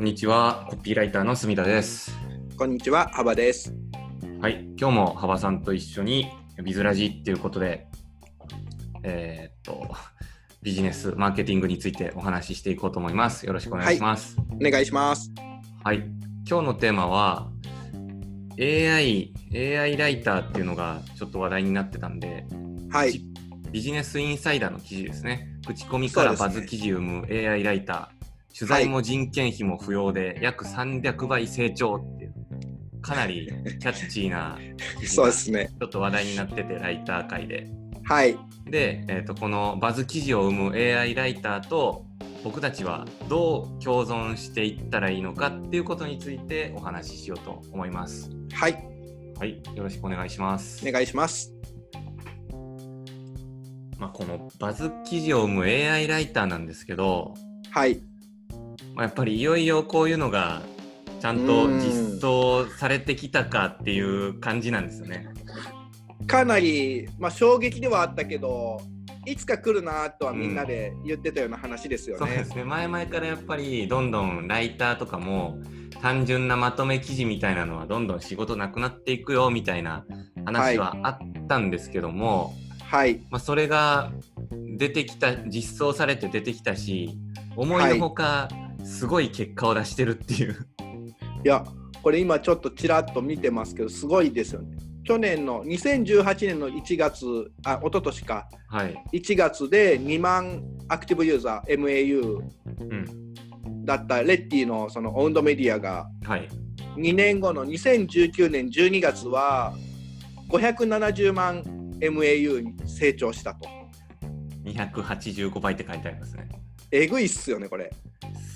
にちは、コピーライターの隅田です。こんにちは、幅です。はい、今日も幅さんと一緒にビズラジっていうことで、えーっと、ビジネス、マーケティングについてお話ししていこうと思います。よろしくお願いします。お願いします。はい、今日のテーマは AI、AI ライターっていうのがちょっと話題になってたんで、はいち、ビジネスインサイダーの記事ですね。口コミからバズ記事生む AI ライター、取材も人件費も不要で約300倍成長っていう、かなりキャッチーな記事 そうがでちすね。ょっと話題になってて、ライター界で。はい、で、えー、とこのバズ記事を生む AI ライターと僕たちはどう共存していったらいいのかっていうことについてお話ししようと思います。はい、はい、よろしくお願いします。お願いします。まあ、このバズ記事を生む AI ライターなんですけど、はい、まあ、やっぱりいよいよこういうのがちゃんと実装されてきたかっていう感じなんですよね。かなり、まあ、衝撃ではあったけど、いつか来るなとはみんなで言ってたような話ですよそうでね。すね前々からやっぱりどんどんライターとかも単純なまとめ記事みたいなのはどんどん仕事なくなっていくよみたいな話はあったんですけども、はい、まあ、それが出てきた実装されて出てきたし思いのほかすごい結果を出してるっていう、いや、これ今ちょっとちらっと見てますけど、すごいですよね。去年の2018年の1月、あ、一昨年か、はい、 1月で2万アクティブユーザー、MAU うん、だったレッティのそのオウンドメディアがはい、 2年後の2019年12月は570万 MAU に成長したと285倍って書いてありますね。えぐいっすよねこれ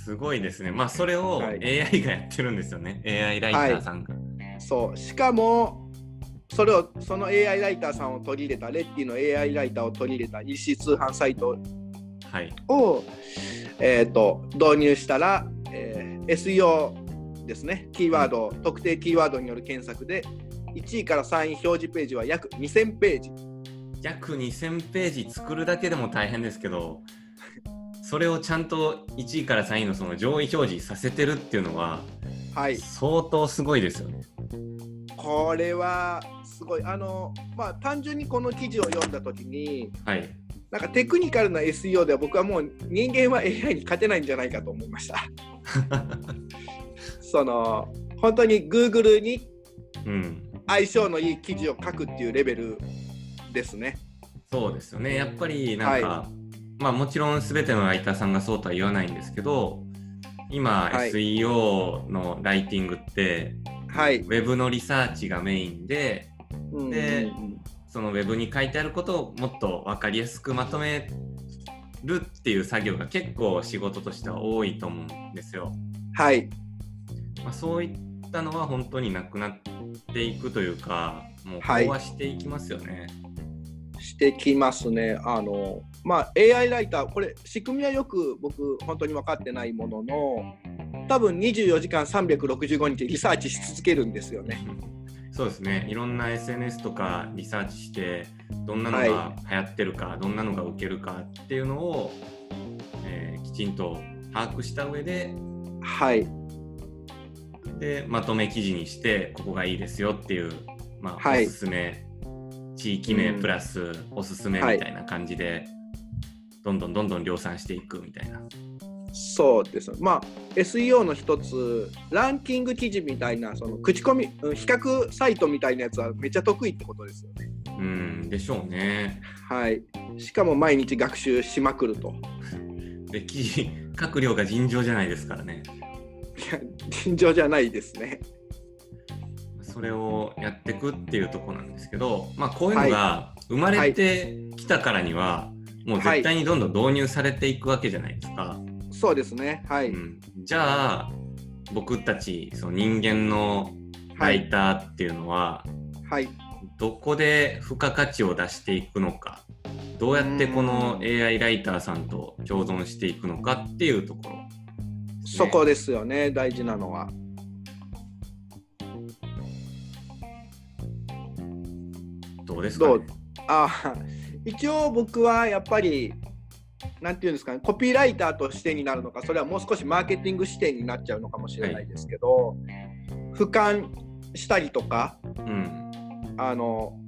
すごいですね。まあそれをはい AI がやってるんですよね。AI ライターさんが。そうしかもそれをその AI ライターさんを取り入れたレッティの AI ライターを取り入れた EC 通販サイトはい。を、えー、と導入したら、えー SEO ですねキーワード特定キーワードによる検索で1位から3位表示ページは約2000ページ約2000ページ作るだけでも大変ですけ ど、それをちゃんと1位から3位のその上位表示させてるっていうのははい相当すごいですよね。これはすごいあのまあ単純にこの記事を読んだ時にはい。なんかテクニカルな SEO では僕はもう人間は AI に勝てないんじゃないかと思いま したその本当に Google にうん。相性のいい記事を書くっていうレベルですねそうですよね。やっぱりなんか、はまあもちろん全てのライターさんがそうとは言わないんですけど、今、はい SEO のライティングって、はいウ、ェブのリサーチがメインで、うんでそのウェブに書いてあることをもっと分かりやすくまとめるっていう作業が結構仕事としては多いと思うんですよ。はいまあ、そういったのは本当になくなっていくというかもうはい飽和していきますよね。してきますねあのまあ AI ライターこれ仕組みはよく僕本当に分かってないものの多分24時間365日リサーチし続けるんですよねそうですねいろんな SNS とかリサーチしてどんなのがは流行ってるか、どんなのがウケるかっていうのを、えーきちんと把握した上ではいでまとめ記事にしてここがいいですよっていう、まあはいおすすめ地域名うんプラスおすすめみたいな感じで、どんどんどんどん量産していくみたいな。そうですまあ SEO の一つランキング記事みたいなその口コミうん比較サイトみたいなやつはめっちゃ得意ってことですよねうんでしょうね。はいしかも毎日学習しまくると で記事書く量が尋常じゃないですからね。いや尋常じゃないですねそれをやっていくっていうところなんですけど、まあ、こういうのが生まれてきたからには、もう絶対にどんどん導入されていくわけじゃないですか。、そうですねはいうん、じゃあ僕たちその人間のライターっていうのは、はいどこで付加価値を出していくのかどうやってこのう AI ライターさんと共存していくのかっていうところですそね、こですよね大事なのはどうですかね、どうあー一応僕はやっぱりなんていうんですかね、コピーライターとしてになるのか、それはもう少しマーケティング視点になっちゃうのかもしれないですけど、俯瞰したりとか、うん。あの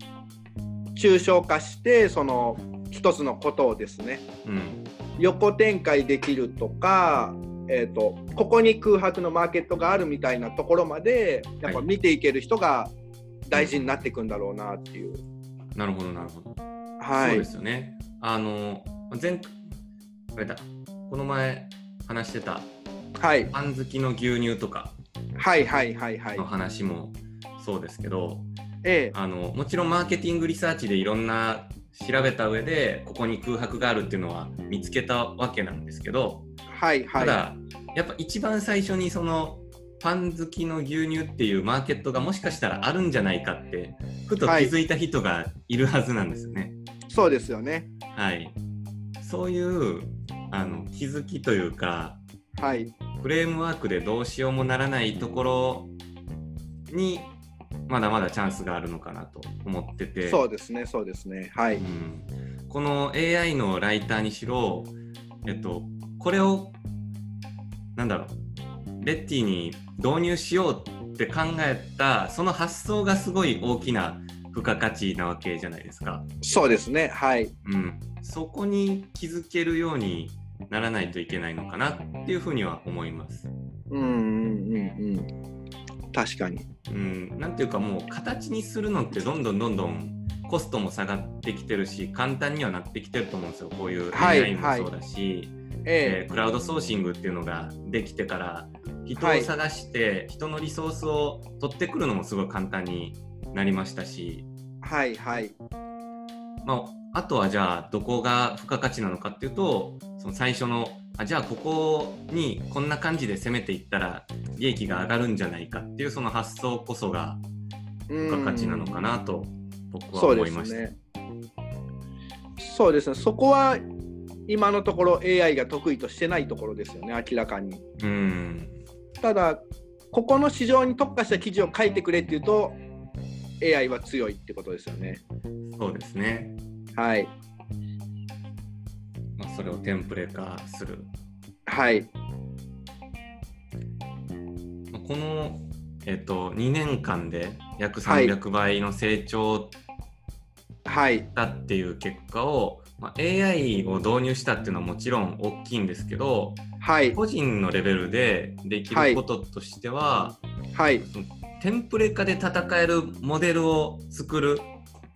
抽象化して、その一つのことをですね、うん。横展開できるとか、えー、とここに空白のマーケットがあるみたいなところまでやっぱはい見ていける人が大事になっていくんだろうなっていう。なるほど、なるほど。はそういで、すよね。あの、前、あれだ、この前話してた、はい、パン好きの牛乳とかはいはいはいはいの。話もそうですけど、えあのもちろんマーケティングリサーチでいろんな調べた上でここに空白があるっていうのは見つけたわけなんですけど、え、はいはたい。だやっぱ一番最初にそのパン好きの牛乳っていうマーケットがもしかしたらあるんじゃないかってふと気づいた人がいるはずなんですよね。そうですよね。はい、そういうあの気づきというかはい。フレームワークでどうしようもならないところにまだまだチャンスがあるのかなと思ってて。そうですね。そうですね。はい。うんこの AI のライターにしろ、えっと、これをなんだろうレッティに導入しようって考えたその発想がすごい大きな付加価値なわけじゃないですか、そうですね。はい。うん、そこに気づけるようにならないといけないのかなっていうふうには思います。うんうんうんうん。確かに。うん、なんていうかもう形にするのってどんどんどんどんコストも下がってきてるし簡単にはなってきてると思うんですよこういう AI もそうだし、ええークラウドソーシングっていうのができてから人を探して、人のリソースを取ってくるのもすごい簡単になりましたし、えはいはい。まあ、あとはじゃあどこが付加価値なのかっていうとその最初のあじゃあここにこんな感じで攻めていったら利益が上がるんじゃないかっていうその発想こそがうん付加価値なのかなと僕はそう思でいすました。ね。そうですね。そこは今のところ AI が得意としてないところですよね、明らかに。うんただ、ここの市場に特化した記事を書いてくれっていうと、AI は強いってことですよね。そうですね、はい。まあ、それをテンプレ化するはい。まあこの、えっと2年間で約はい300倍の成長はい。だっていう結果を、まあ AI を導入したっていうのはもちろん大きいんですけどはい。個人のレベルでできはるいこととしては、はい。テンプレ化で戦えるモデルを作る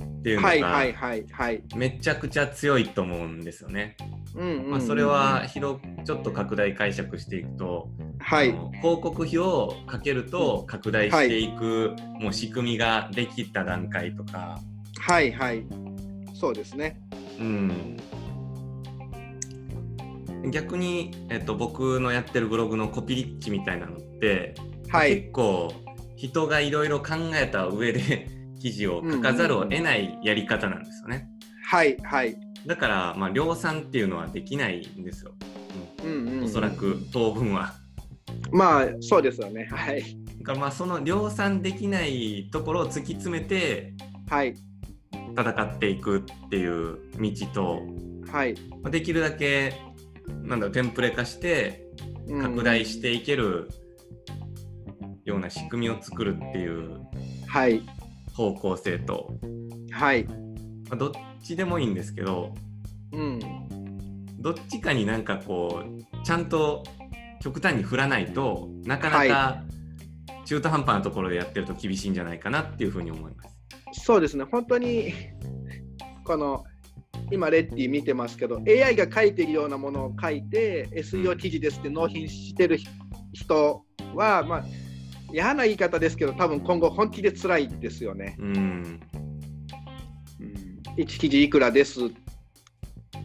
っていうのはい。はがい。はい。はい。めちゃくちゃ強いと思うんですよね。うんうんうんまあ、それは、広くちょっと拡大解釈していくと、はあい。の広告費をかけると拡大していく、もう仕組みができた段階とか、はい。はい。そうですね。うん、逆に、えっと、僕のやってるブログのコピリッチみたいなのって、はい。結構人がいろいろ考えた上で 記事を書かざるを得ないやり方なんですよね。はい。はい。だから、まあ、量産っていうのはできないんですよ、うんうんうんおそらく当分は。まあ、そうですよね。はい。だからまあその量産できないところを突き詰めてはい。戦っていくっていう道とはい。まあできるだけなんだろうテンプレ化してうん拡大していけるような仕組みを作るっていうはい。方向性と、はい。まあどっちでもいいんですけどうん。どっちかになんかこうちゃんと極端に振らないとなかなか中途半端なところでやってると厳しいんじゃないかなっていうふうに思います。そうですね。本当にこの今レッティ見てますけど、AI が書いているようなものを書いて SEO 記事ですって納品してる人はまあ嫌な言い方ですけど、多分今後本気で辛いですよね。うん1記事いくらですっ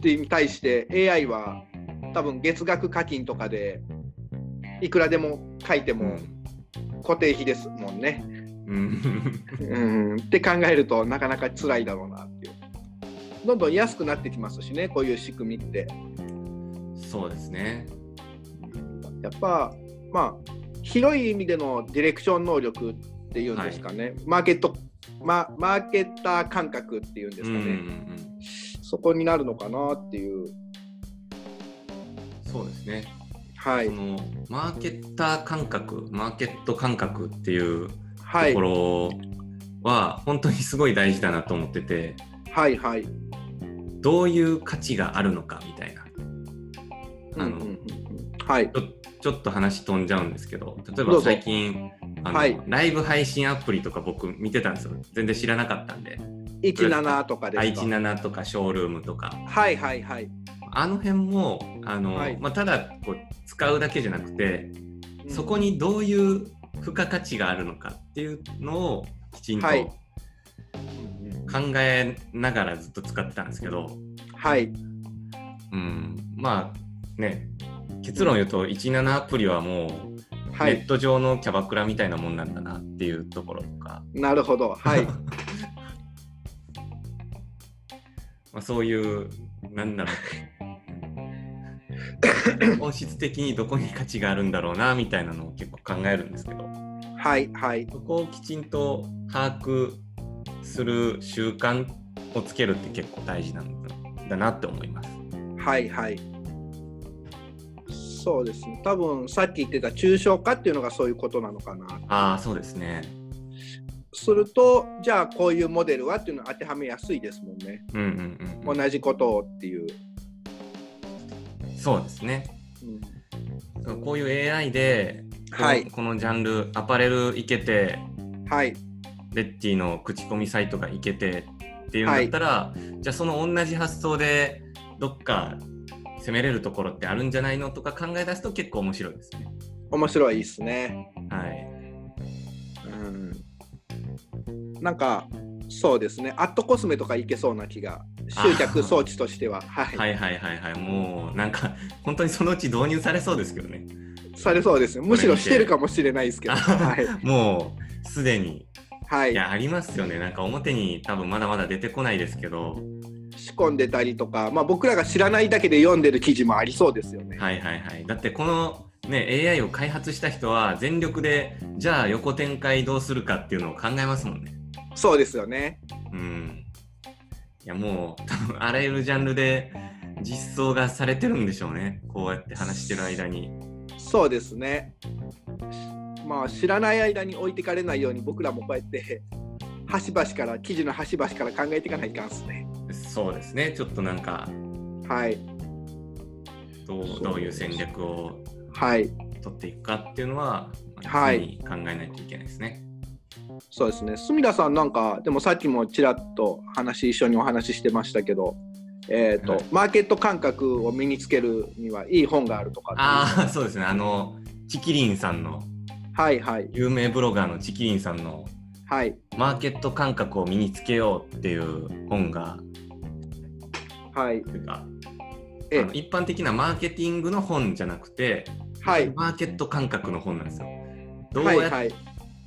てに対して AI は多分月額課金とかでいくらでも書いても固定費ですもんね。うんうんって考えるとなかなか辛いだろうなっていう。どんどん安くなってきますしねこういう仕組みって。そうですね。やっぱまあ広い意味でのディレクション能力っていうんですかね、マーケットママーケッター感覚っていうんですうかんうんね、そこになるのかなっていう。そうですね。はいそのマーケッター感覚、マーケット感覚っていうとはいころは本当にすごい大事だなと思ってて、はいはいどういう価値があるのかみたいな。あのうんうんうんうんはいちょちょっと話飛んじゃうんですけど例えどうばぞ最近あの、はいライブ配信アプリとか僕見てたんですよ全然知らなかったんで17とかですか17とかショールームとかはいはいはい、あの辺もあの、はいまあ、ただこう使うだけじゃなくてうんそこにどういう付加価値があるのかっていうのをきちんとはい考えながらずっと使ってたんですけど、はいうん、まあね結論言うと17アプリはもうはネッいト上のキャバクラみたいなもんなんだなっていうところとか、なるほ どはいまあ、そういうなん だろう本質的にどこに価値があるんだろうなみたいなのを結構考えるんですけどはいはいそこをきちんと把握する習慣をつけるって結構大事なんだだなって思います。はいはいそうですね多分さっき言ってた抽象化っていうのがそういうことなのかなああそうですね。するとじゃあこういうモデルはっていうのは当てはめやすいですもんねうんうんうん、同じことをっていう、そうですね。うんこういう AI でこのはいこのジャンルアパレルいけてはいレッティの口コミサイトがいけてっていうんだったら、じゃあその同じ発想でどっか攻めれるところってあるんじゃないのとか考え出すと結構面白いですね。面白いですね、はい、うん、なんかそうですねアットコスメとかいけそうな気が集客装置としてははい、はいはいはいはいもうなんか本当にそのうち導入されそうですけどねされそうですねむしろしてるかもしれ ないですけどあはい、もうすでにはいい、やありますよねなんか表に多分まだまだ出てこないですけど仕込んでたりとか、まあ、僕らが知らないだけで読んでる記事もありそうですよねはいはいはい。だってこのね AI を開発した人は全力でじゃあ横展開どうするかっていうのを考えますもんね。そうですよねうん。いやもう多分あらゆるジャンルで実装がされてるんでしょうね。こうやって話してる間に。そうですね。まあ知らない間に置いてかれないように僕らもこうやって端々から記事の端々から考えていかないかんですね。そうですね。ちょっとなんかはいどうどういう戦略をはい取っていくかっていうのは、まあはい常に考えないといけないですね。そうですね。すみさんなんかでもさっきもちらっと話一緒にお話ししてましたけど。えーとはいマーケット感覚を身につけるにはいい本があるとかああそうですね。あのチキリンさんのはいはい有名ブロガーのチキリンさんのはいマーケット感覚を身につけようっていう本がはいというかあえの一般的なマーケティングの本じゃなくてはいマーケット感覚の本なんですよ。どうやはっいはい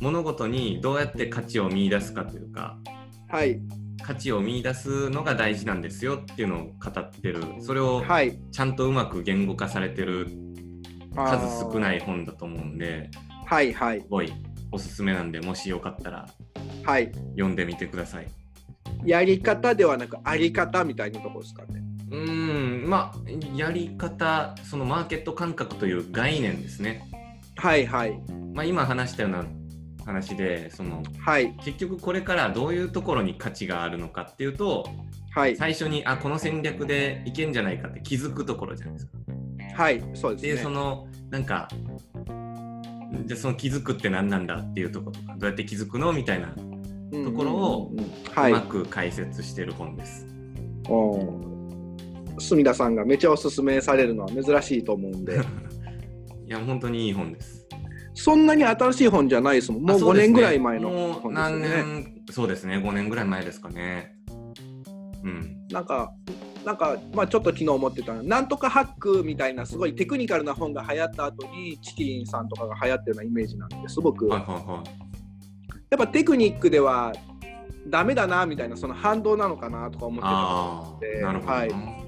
物事にどうやって価値を見出すかというかはい価値を見出すのが大事なんですよっていうのを語ってるそれをはいちゃんとうまく言語化されてる数少ないい本だと思うんではいはいすごいおすすめなんでもしよかったらはい読んでみてください。やり方ではなくあり方みたいなところですかねうーんまあやり方そのマーケット感覚という概念ですね、はいはいまあ、今話したような話でそのはい結局これからどういうところに価値があるのかっていうとはい最初にあこの戦略でいけんじゃないかって気づくところじゃないですか。はいそうですねでそのなんかじゃあその気づくって何なんだっていうところとかどうやって気づくのみたいなううんところをうんうんはいまく解説してる本です。おー隅田さんがめちゃおすすめされるのは珍しいと思うんでいや本当にいい本です。そんなに新しい本じゃないですもんもうあそ5です年ねぐらい前のもう本ですよ何ね年そうですね5年ぐらい前ですかねうんなんかなんかまあちょっと昨日思ってたのはなんとかハックみたいなすごいテクニカルな本が流行った後にチキリンさんとかが流行ったようなイメージなんです僕はいやっはいはいぱテクニックではダメだなみたいなその反動なのかなとか思ってたあであなるほどな、はい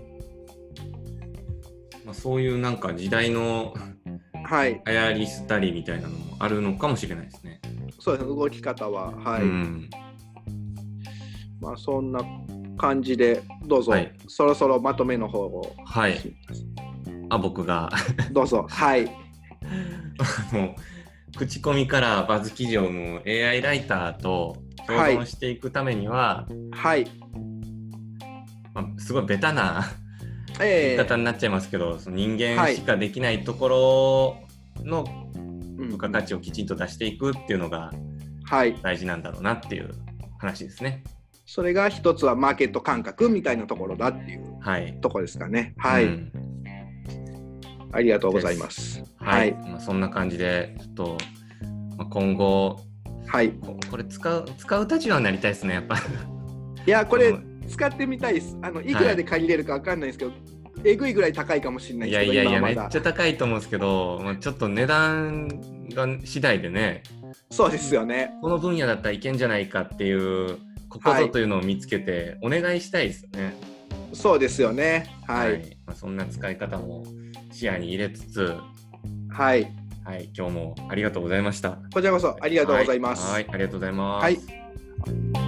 まあ、そういうなんか時代のはい流行りすたりみたいなのもあるのかもしれないですね、そうですね動き方ははい、うんまあそんな感じでどうぞ、はいそろそろまとめの方をはいあ僕がどうぞ。はい。あの口コミからバズ記事を生む AI ライターと共存していくためには、はい。まあ、すごいベタな言いええ方になっちゃいますけど、その人間はいしかできないところのうん付加価値をきちんと出していくっていうのがはい。大事なんだろうなっていう話ですね。それが一つはマーケット感覚みたいなところだっていうはい。ところですかね。はい。うんありがとうございます。はい。まあ、そんな感じで、ちょっと、まあ、今後、はい。ここれ使う、使う立場になりたいですね、やっぱ。いや、これう、ん使ってみたいです。あのいくらで借りれるかわかんないですけど、えぐいぐらい高いかもしれないいでやすけど、いやいや、今めはっまちだ。ゃ高いと思うんですけど、まあ、ちょっと値段が次第でね、そうですよね。この分野だったらいけんじゃないかっていう、ここはぞいというのを見つけて、お願いしたいですよね。そうですよね。はい。まあ、そんな使い方も視野に入れつつ、はい。はい、今日もありがとうございました。こちらこそありがとうございます。はい、はいありがとうございます。はい